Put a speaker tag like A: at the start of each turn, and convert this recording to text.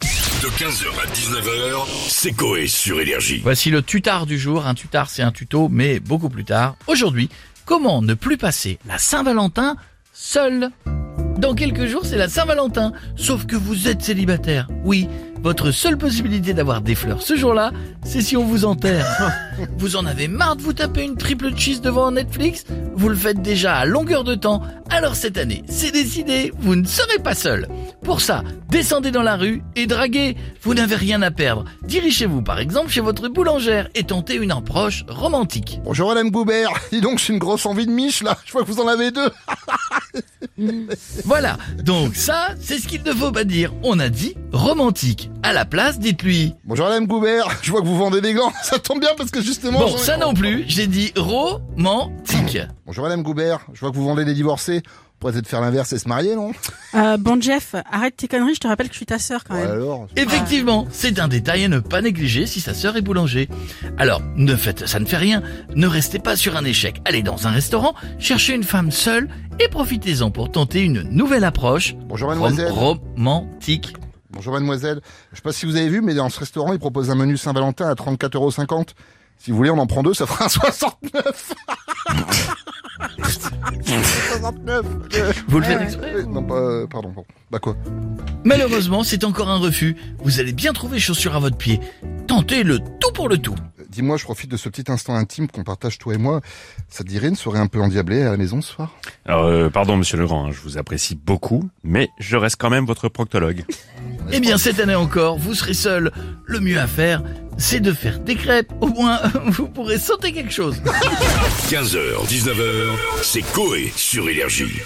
A: De 15h à 19h, c'est Coé sur Énergie.
B: Voici le tutard du jour. Un tutard, c'est un tuto, mais beaucoup plus tard. Aujourd'hui, comment ne plus passer la Saint-Valentin seul Dans quelques jours, c'est la Saint-Valentin. Sauf que vous êtes célibataire. Oui, votre seule possibilité d'avoir des fleurs ce jour-là, c'est si on vous enterre. vous en avez marre de vous taper une triple cheese devant Netflix Vous le faites déjà à longueur de temps. Alors cette année, c'est décidé, vous ne serez pas seul. Pour ça, descendez dans la rue et draguez. Vous n'avez rien à perdre. Dirigez-vous par exemple chez votre boulangère et tentez une approche romantique.
C: Bonjour Madame Goubert, dis donc j'ai une grosse envie de miche là, je vois que vous en avez deux.
B: Voilà, donc ça, c'est ce qu'il ne faut pas dire. On a dit romantique. À la place, dites-lui.
C: Bonjour Madame Goubert, je vois que vous vendez des gants, ça tombe bien parce que justement... j'en
B: Bon,
C: ai-
B: ça non plus, j'ai dit romantique.
C: Bonjour Madame Goubert, je vois que vous vendez des divorcés. On pourrait peut-être faire l'inverse et se marier non
D: Euh, bon Jeff, arrête tes conneries, je te rappelle que je suis ta sœur quand
C: Ouais,
D: même.
C: alors...
B: Effectivement, c'est un détail à ne pas négliger si sa sœur est boulanger. Alors, ne faites, ça ne fait rien. Ne restez pas sur un échec. Allez dans un restaurant, cherchez une femme seule et profitez-en pour tenter une nouvelle approche
C: Bonjour
B: rom-
C: mademoiselle.
B: romantique.
C: Bonjour mademoiselle. Je sais pas si vous avez vu mais dans ce restaurant ils proposent un menu Saint-Valentin à 34,50€. Si vous voulez on en prend deux, ça fera un 69. 69. euh,
B: Vous le faites
C: euh, Non pas... euh, pardon. bon. Bah quoi
B: Malheureusement, c'est encore un refus. Vous allez bien trouver chaussure à votre pied. Tentez le tout pour le tout.
C: Euh, Dis-moi, je profite de ce petit instant intime qu'on partage toi et moi. Ça te dirait une soirée un peu endiablée à la maison ce soir
E: Alors, euh, pardon, monsieur Legrand, hein, je vous apprécie beaucoup, mais je reste quand même votre proctologue.
B: Eh bien, cette année encore, vous serez seul. Le mieux à faire, c'est de faire des crêpes. Au moins, vous pourrez sauter quelque chose.
A: 15h, 19h, c'est Coé sur Énergie.